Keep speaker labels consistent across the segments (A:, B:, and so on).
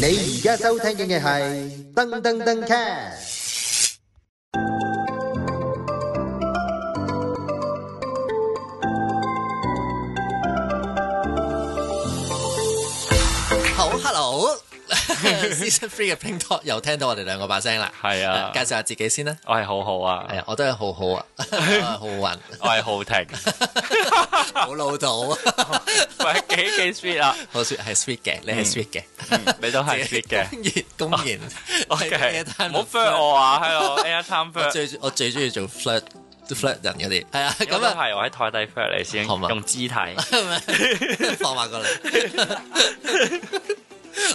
A: 你而家收聽嘅係噔噔噔 cast。
B: 好，hello。Season Three 嘅 Pink Talk 又聽到我哋兩個把聲啦，
C: 係啊
B: 介紹下自己先啦。
C: 我係好好啊，
B: 係啊，我都係浩浩 啊，我係浩雲，
C: 我係 浩婷，
B: 好老土，
C: 喂，幾幾 sweet 啊，
B: 我說係 sweet 嘅，你係 sweet 嘅，
C: 你都嗯係 sweet 嘅
B: 公然公然
C: ，OK，
B: 係
C: 唔好 flirt 我啊，喺度 airtime
B: 我
C: flirt，
B: 最我最中意做 flirt flirt 人嗰啲，係啊，
C: 咁
B: 咁
C: 都
B: 啊，
C: 係我喺台底 flirt 你先，
B: 好嘛
C: 用肢 體，
B: 放馬過嚟，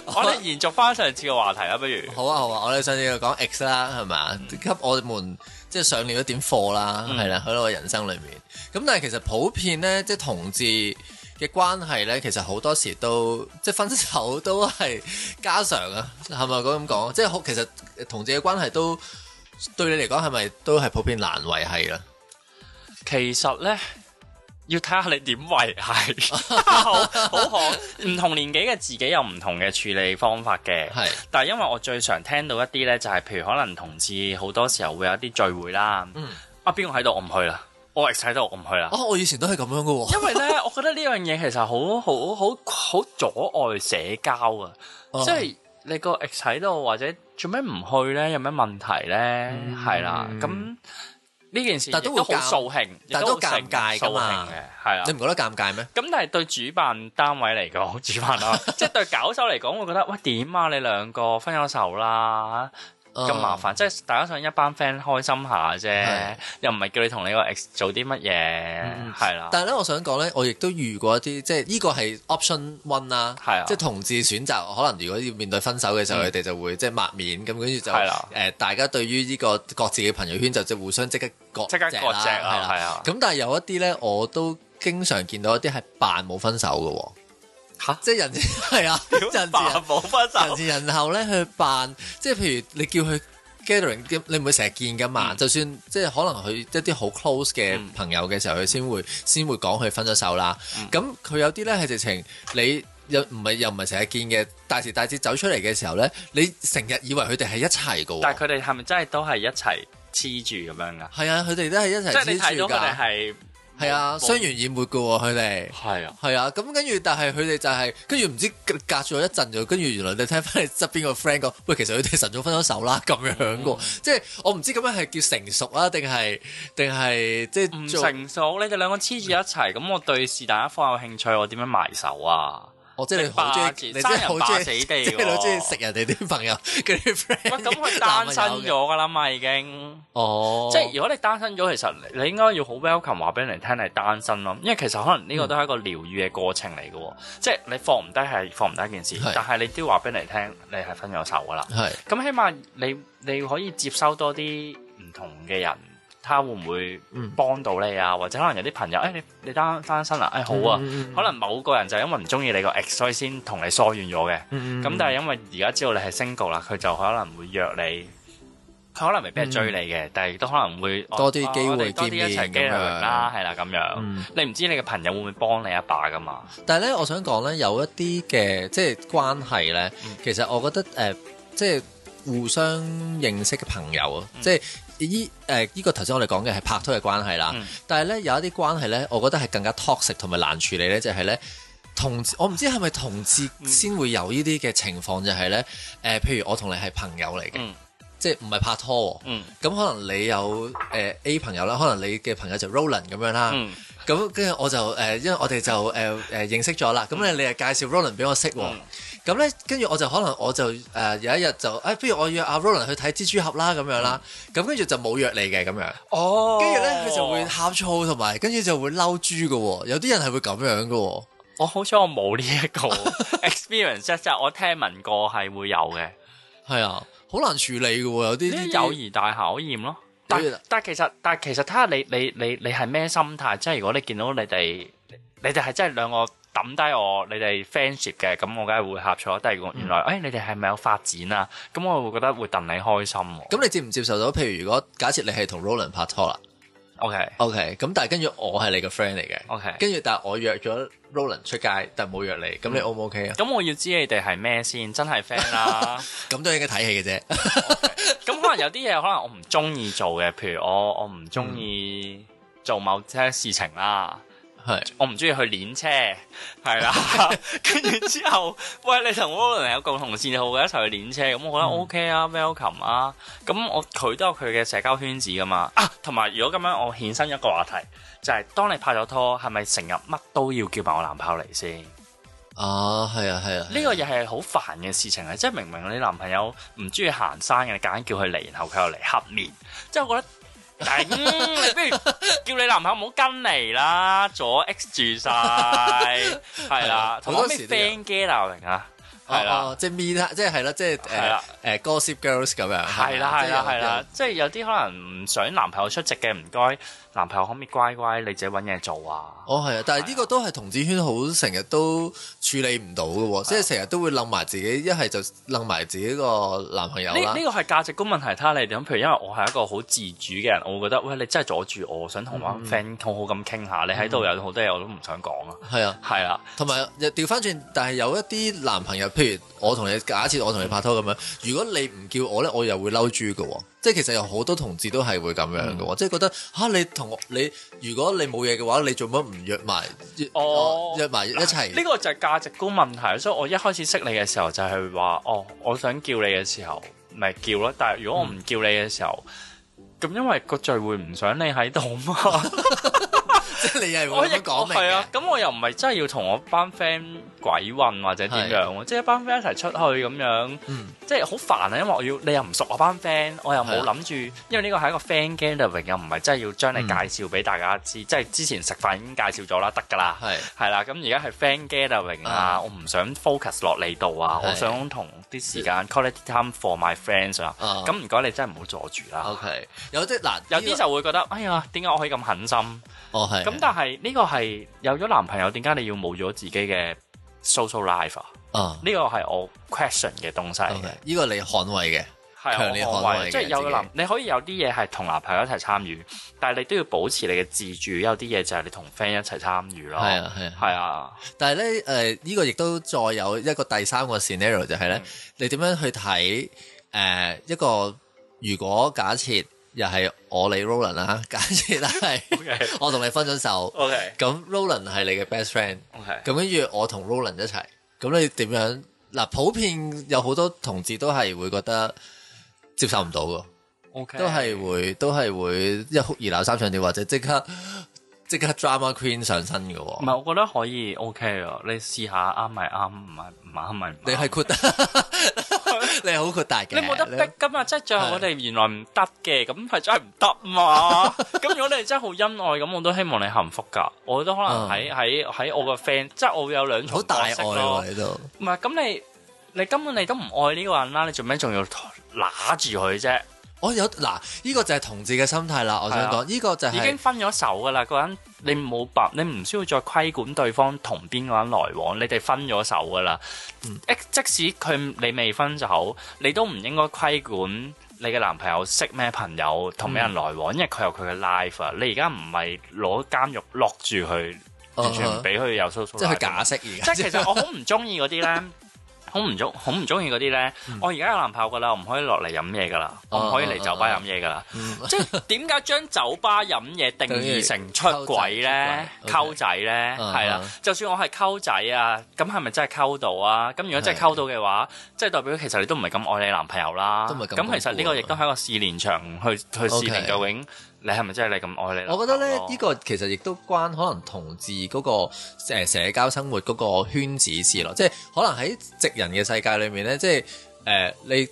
C: 我哋延續翻上次嘅話題啦，不如
B: 好啊好啊，我哋上次就講 X 啦，係嘛，給我們即係上了一點課啦，係啦、喺我人生裏面。咁但係其實普遍咧，即係同志嘅關係咧，其實好多時都即係分手都係家常啊，係咪咁講？即係好，其實呃同志嘅關係都對你嚟講係咪都係普遍難維係啦？
C: 其實咧。要睇下你點維 係，好好可唔同年紀嘅自己有唔同嘅處理方法嘅。
B: 係
C: 但係因為我最常聽到一啲咧，就係譬如可能同志好多時候會有一啲聚會啦，
B: 嗯
C: 啊邊個喺度我唔去啦，我 ex 喺度我唔去啦。
B: 哦，我以前都係咁樣噶喎、
C: 因為 咧，我覺得呢樣嘢其實好好好好阻礙社交啊！
B: 哦
C: 即係你個 ex 喺度，或者做咩唔去咧？有咩問題咧？係啦、咁呢件事
B: 但都
C: 亦
B: 會
C: 都好
B: 尷
C: 掃興，亦
B: 但都
C: 好成
B: 尷尬㗎嘛
C: 掃興嘅，係啊
B: 你。唔覺得尷尬咩？
C: 咁但係對主辦單位嚟講， 主 辦啦，即係對搞手嚟講，會覺得喂點啊？你兩個分咗手啦，咁
B: 哦
C: 麻煩，即係大家想一班 friend 開心下
B: 係
C: 啫，又唔係叫你同你個 ex 做啲乜嘢，係啦。
B: 但係咧，我想講咧，我亦都遇過一啲，即係呢個係 option one 啦，
C: 係啊嗯
B: 即係同志選擇，可能如果要面對分手嘅時候，佢哋、就會即係抹面，咁跟住就
C: 係
B: 誒、
C: 啦
B: 大家對於呢個各自嘅朋友圈就即係互相即刻割
C: 即刻割
B: 啦
C: 席啊
B: 係
C: 係
B: 啦
C: 啊。
B: 咁但係有一啲咧，我都經常見到一啲係扮冇分手嘅喎。
C: 嚇
B: 即係人哋係啊， 人哋
C: 扮冇分
B: 人
C: 手，
B: 前人後咧去扮，即係譬如你叫佢 gathering，咁你唔會成日見噶嘛。
C: 嗯
B: 就算即係可能佢一啲好 close 嘅朋友嘅時候，佢先會先會講佢分咗手啦。
C: 嗯
B: 咁佢、有啲咧係直情你。又唔係又唔係成日見嘅，大時大節走出嚟嘅時候咧，你成日以為佢哋係一齊嘅
C: 但
B: 喎，
C: 係佢哋係咪真係都係一齊黐住咁樣噶？
B: 係啊，佢哋都係一齊
C: 即係你
B: 黐
C: 睇
B: 住
C: 到佢哋
B: 㗎，
C: 係
B: 係啊，
C: 冇
B: 相濡以沫嘅喎，佢哋。
C: 係啊，
B: 係啊，咁跟住，但係佢哋就係跟住唔知隔隔咗一陣就，跟住原來你聽翻你側邊個 friend 講，喂，其實佢哋晨早分咗手啦，咁樣嘅喎，
C: 嗯
B: 即係我唔知咁樣係叫成熟啊，定係定係即
C: 唔
B: 係做，
C: 成熟，你哋兩個黐住一齊，咁我對是但一方有興趣，我點樣埋手啊？
B: 我即係你好中意
C: 霸，字
B: 你真係好中意，
C: 生
B: 即
C: 人霸死地
B: 係你好中意
C: 喎
B: 食人哋啲朋友嗰啲 friend，
C: 喂，咁佢
B: 男朋
C: 單
B: 友
C: 身
B: 嘅，
C: 咗噶啦嘛，已經。
B: 哦，
C: 即係如果你單身咗，其實你你應該要好 welcome 話俾人哋聽你係單身咯，因為其實可能呢個都係一個療愈嘅過程嚟嘅喎，即係你放唔低係放唔低一件事
B: 係，
C: 但係你都要話俾人哋聽你係分咗手噶啦。
B: 係
C: 咁起碼你你可以接收多啲唔同嘅人，睇下會唔會幫到你啊？或者可能有啲朋友，誒、哎、你你單單身啦，誒、哎、好啊，可能某個人就係因為唔中意你個 ex，所以先同你疏遠咗嘅。咁、但係因為而家知道你係 single 啦，佢就可能會約你。佢可能未必係追你嘅，但係亦都可能會
B: 多啲機會
C: 哦我哋多啲一
B: 見面
C: 齊 g a
B: 咁樣
C: 啦，係啦咁樣。
B: 嗯
C: 你唔知你嘅朋友會唔會幫你一把噶嘛？
B: 但係咧，我想講咧，有一啲嘅即係關係咧，
C: 嗯
B: 其實我覺得誒、呃即係互相認識嘅朋友啊，
C: 嗯
B: 即係依誒依個頭先我哋講嘅係拍拖嘅關係啦。
C: 嗯
B: 但係咧有一啲關係咧，我覺得係更加 toxic 同埋難處理咧，就係咧。同志我唔知係咪同志
C: 嗯
B: 先會有呢啲嘅情況，就係咧誒，譬如我同你係朋友嚟嘅，
C: 嗯
B: 即係唔係拍拖喎，
C: 嗯
B: 咁可能你有誒、呃 A 朋友啦，可能你嘅朋友就 Roland 咁樣啦，
C: 嗯
B: 咁跟住我就誒、呃因為我哋就誒誒、呃呃、認識咗啦，咁咧你係介紹 Roland 俾我識喎
C: 嗯，
B: 咁咧跟住我就可能我就誒、呃有一日就誒、哎不如我約阿 Roland 去睇蜘蛛俠啦咁樣啦，咁跟住就冇約你嘅咁樣，
C: 哦
B: 跟住咧佢就會呷醋同埋跟住就會嬲豬嘅喎，有啲人係會咁樣嘅喎。
C: 我好彩我冇呢一 個 experience，即係我聽聞過係會有嘅，
B: 係啊，好難處理嘅喎，有啲啊啲
C: 呢啲友誼大考驗咯。但
B: 有啲
C: 但其實但其實睇下你你你你係咩心態，即係如果你見到你哋你哋係真係兩個抌低我，你哋 friendship 嘅，咁我梗係會呷醋。但係
B: 嗯
C: 如果原來誒、哎你哋係咪有發展啊？咁我會覺得會戥你開心喎。
B: 咁你接唔接受到？譬如如果假設你係同 Roland 拍拖啦，
C: O K
B: OK，咁但係跟住我係你個 friend 嚟嘅
C: O K，
B: 跟住但係我約咗 Roland 出街，但係冇約你，咁你 O 唔 OK 啊？
C: 咁我要知你哋係咩先，真係 friend 啦。
B: 咁都應該睇戲嘅啫，
C: 咁可能有啲嘢可能我唔中意做嘅，譬如我我唔中意做某些事情啦。
B: 係
C: 我唔中意去練車，係啦。跟住之後，喂，你同 Roland 有共同嗜好嘅，一齊去練車，咁我覺得 OK 啊，welcome 啊。咁我佢都有佢嘅社交圈子噶嘛。啊，同埋如果咁樣，我衍生一個話題，就係、當你拍咗拖，係咪成日乜都要叫埋我男炮嚟先？
B: 啊，係啊，係啊，
C: 呢個又哦係好煩嘅事情啊！即係明明你男朋友唔中意行山嘅，你夾硬叫佢嚟，然後佢又嚟黑面，即係我覺得頂， 你不如叫你男朋友唔好跟嚟啦，阻 X 住晒，係啦
B: 啊，
C: 同埋
B: 好多
C: 咩
B: 時都有
C: friend gathering 啊，係
B: 係
C: 啦，
B: 啦，哦即係 me 即係係啦，即係
C: 係
B: 誒
C: 啦
B: 誒 Gossip Girls 咁樣，
C: 係啦，係啦，係啦
B: 係，
C: 即係有啲可能唔想男朋友出席嘅，唔該，男朋友可唔可以乖乖你自己揾嘢做啊？
B: 哦，係啊，但係呢個都係同志圈好成日都處理唔到嘅
C: 啊
B: 喎，即係成日都會楞埋自己，一係就楞埋自己個男朋友
C: 呢
B: 啦
C: 呢。個係價值觀問題，睇下你點。譬如因為我係一個好自主嘅人，我會覺得喂你真係阻住我，想同我 friend 好好咁傾下。你喺度有好多嘢我都唔想講啊。
B: 係啊，
C: 係啦，
B: 同埋又調翻轉，但係有一啲男朋友，譬如我同你假設我同你拍拖咁樣，如果你唔叫我咧，我又會嬲豬嘅喎。即係其實有好多同志都係會咁樣
C: 嗯
B: 嘅喎，即係覺得吓、你同我你，如果你冇嘢嘅話，你做乜唔約埋約
C: 哦
B: 約埋一齊？
C: 呢個就係價值觀問題。所以我一開始識你嘅時候就係話，哦，我想叫你嘅時候咪叫咯。但係如果我唔叫你嘅時候，咁因為個聚會唔想你喺度嘛。
B: 即 係你係
C: 我
B: 會
C: 亦
B: 咁樣講明
C: 係
B: 嘅
C: 啊，。咁我又唔係真係要同我班 friend 鬼混或者點樣喎，即係一班 friend 一齊出去咁樣，
B: 嗯
C: 即係好煩啊！因為我要你又唔熟我班 friend，我又冇
B: 係啊嗯
C: 諗住，因為呢個係一個 friend gathering，又唔係真係要將你介紹俾大家知，即係之前食飯已經介紹咗啦，得㗎啦。
B: 係
C: 係啦，咁而家係 friend gathering 啊，
B: 啊
C: 我唔想 focus 落你度啊，
B: 係
C: 我想同啲時間 quality time for my friends 啊。
B: 啊
C: 咁唔該你真係唔好阻住啦。
B: OK，有啲嗱，
C: 有
B: 呢個
C: 啲就會覺得，哎呀，點解我可以咁狠心？
B: 哦係
C: 咁但係呢個係有咗男朋友，點解你要冇咗自己嘅 social life 啊？
B: 啊
C: 呢個係我 question 嘅東西嚟嘅，
B: ，OK，呢個你捍衛嘅
C: 係啊
B: 強烈
C: 我
B: 捍
C: 捍
B: 衛
C: 衛
B: 嘅
C: 即係有個
B: 自己
C: 男，你可以有啲嘢係同男朋友一齊參與，但係你都要保持你嘅自主。有啲嘢就係你同 friend 一齊參與咯，
B: 係啊係啊。
C: 係啊，
B: 但係咧，誒、呢、個亦都再有一個第三個 scenario 就係、
C: 嗯
B: 咧，你點樣去睇誒、一個如果假設又係我你 Roland 啦，假設啦 係
C: OK
B: 我同你分咗手，
C: OK
B: 咁 Roland 係你嘅 best friend，
C: OK，
B: 咁跟住我同 Roland 一齊，咁你點樣？嗱，普遍有好多同志都係會覺得接受唔到㗎。
C: OK，
B: 都係會，都係會一哭二鬧三上吊，或者即刻即刻 drama queen 上身嘅
C: 唔
B: 喎。
C: 係，我覺得可以 OK 啊，你試下啱咪啱，唔係唔啱咪唔啱
B: 你係豁達， 你係好豁達
C: 你
B: 嘅。
C: 冇得逼噶嘛，即係最後
B: 係
C: 我哋原來唔得嘅，咁係真係唔得 嘛。咁如果你真係好恩愛，咁我都希望你幸福噶。我都可能喺喺喺我個 friend，即係我會有兩
B: 你嗯
C: 重
B: 好大愛
C: 角色咯
B: 喎，。你都
C: 唔係咁你你根本你都唔愛呢個人啦，你做咩仲要揦住佢啫？
B: 我哦有嗱，呢個就係同志嘅心態啦。我想
C: 係啊
B: 講，呢個就
C: 已經
B: 係
C: 分咗手噶啦，個人你冇白，你唔需要再規管對方同邊個人來往，你哋分咗手噶啦。
B: 嗯
C: 即使佢你未分手，你都唔應該規管你嘅男朋友識咩朋友
B: 嗯
C: 同咩人來往，因為佢有佢嘅 life 啊。你而家唔係攞監獄 lock 住佢，完全唔俾佢有 social，
B: 哦呃即係
C: life 啊
B: 假釋而
C: 即
B: 家。
C: 係其實我好唔中意嗰啲咧，好唔中好唔中意嗰啲咧。我而家有男朋友噶啦，我唔可以落嚟飲嘢噶啦，我唔可以嚟酒吧飲嘢噶啦。
B: 嗯
C: 即係點解將酒吧飲嘢定義成出軌咧、
B: 等於
C: 溝
B: 溝
C: 仔咧？
B: 嗯
C: 係啦
B: 嗯，
C: 就算我係溝仔啊，咁係咪真係溝到啊？咁如果真係溝到嘅話，即係代表其實你都唔係咁愛你男朋友啦。
B: 嗯都唔係咁啊
C: 咁其實呢個亦都係一個試煉場，去去試煉
B: OK
C: 究竟你係咪真係你咁愛你男朋友咯？
B: 我覺得咧，呢個其實亦都關可能同志嗰個誒社交生活嗰個圈子事咯，即係可能喺直人嘅世界裏面咧，即係誒、呃你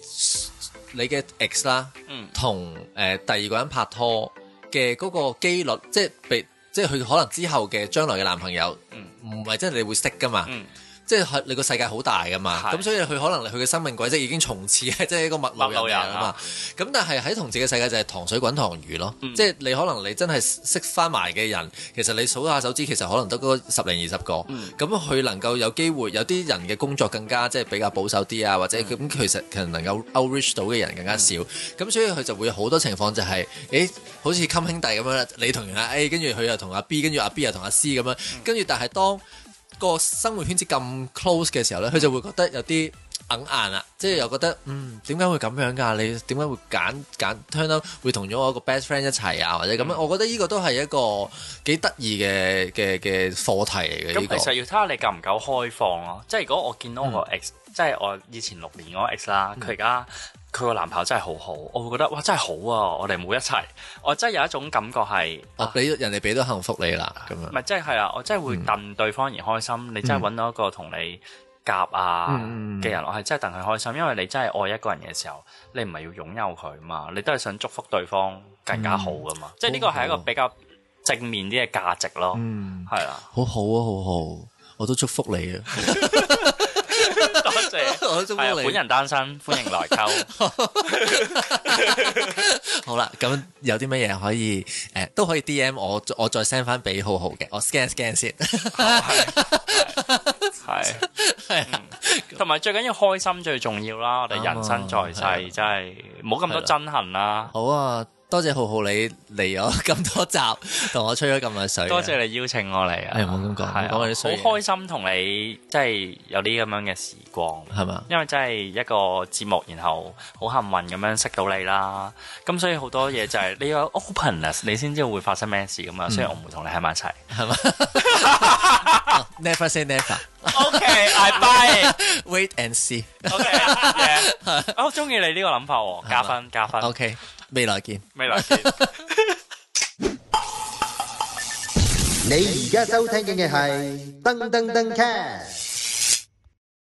B: 你嘅 ex 啦，
C: 嗯
B: 同誒、呃第二個人拍拖嘅嗰個機率，即係被即係佢可能之後嘅將來嘅男朋友，
C: 嗯
B: 唔係真係你會識噶嘛，
C: 嗯
B: 即係你個世界好大噶嘛，
C: 係
B: 咁所以佢可能佢嘅生命軌跡已經從此係即係一個陌
C: 陌
B: 路
C: 路
B: 人
C: 人
B: 嚟啊嘛
C: 啊。
B: 咁但係喺同志嘅世界就係糖水滾糖魚咯，即係你可能你真係識翻埋嘅人，其實你數下手指，其實可能得嗰十零二十個。咁佢、能夠有機會，有啲人嘅工作更加即係比較保守啲啊，或者咁、其實其實能夠 outreach 到嘅人更加少。咁、所以佢就會好多情況就係、咦，好似襟兄弟咁樣啦，你同阿 A，跟住佢又同阿 B，跟住阿 B 又同阿 C 咁樣，跟住但係當個生活圈子咁 close 嘅時候咧，佢就會覺得有啲硬硬啦，即係又覺得嗯點解會咁樣㗎？你點解會揀揀 turn out 會同咗我個 best friend 一齊啊？或者咁
C: 嗯
B: 樣，我覺得呢個都係一個幾得意嘅嘅嘅課題嚟嘅呢
C: 咁
B: 個
C: 其。實要睇下你夠唔夠開放咯。即係如果我見到我個
B: 嗯
C: ex，、即係我以前六年嗰個 ex 啦，佢而家佢個男朋友真係好好，我會覺得哇真係好啊！我哋冇一齊，我真係有一種感覺係，啊
B: 哦，俾嗯人哋俾到幸福你啦，咁
C: 唔
B: 樣。
C: 係即係係啊！我真係會戥對方而開心。你真係揾到一個同你夾啊
B: 嗯嗯嗯
C: 嘅人，我係真係戥佢開心，因為你真係愛一個人嘅時候，你唔係要擁有佢嘛，你都係想祝福對方更
B: 嗯
C: 加好噶嘛。即係呢個係一個比較正面啲嘅價值咯。
B: 啊嗯，
C: 係啊，
B: 好好啊，好好，我都祝福你啊，
C: 多 謝。
B: 我都祝
C: 係啊，
B: 福
C: 本
B: 你。
C: 人單身，歡迎來溝。
B: 好啦，咁有啲乜嘢可以誒都可以 D M 我，我再 send 翻俾浩浩嘅，我 scan scan 先。
C: 係，
B: 係啊，
C: 同埋最緊要開心最重要啦。我哋人生在
B: 啱啊係
C: 世真係冇咁多憎恨啦。
B: 好啊，多謝浩浩你嚟咗咁多集，同我吹咗咁耐水啊。
C: 多謝你邀請我嚟啊！
B: 哎唔好咁講
C: 係啊
B: 講嗰啲衰嘢
C: 好開心同你即係有啲咁樣嘅時光，
B: 係嘛？
C: 因為真係一個節目，然後好幸運咁樣識到你啦。咁所以好多嘢就係你有 openness，你先知道會發生咩事噶嘛。雖然我唔會同你喺埋一齊。
B: 係嘛哦？Never say never。
C: OK，I buy。
B: Wait and see。
C: 啊 OK，我中意你呢個諗法喎，加分加分。
B: OK，未來見。
C: 未來見。
A: 你而家收聽嘅係噔噔噔 cast。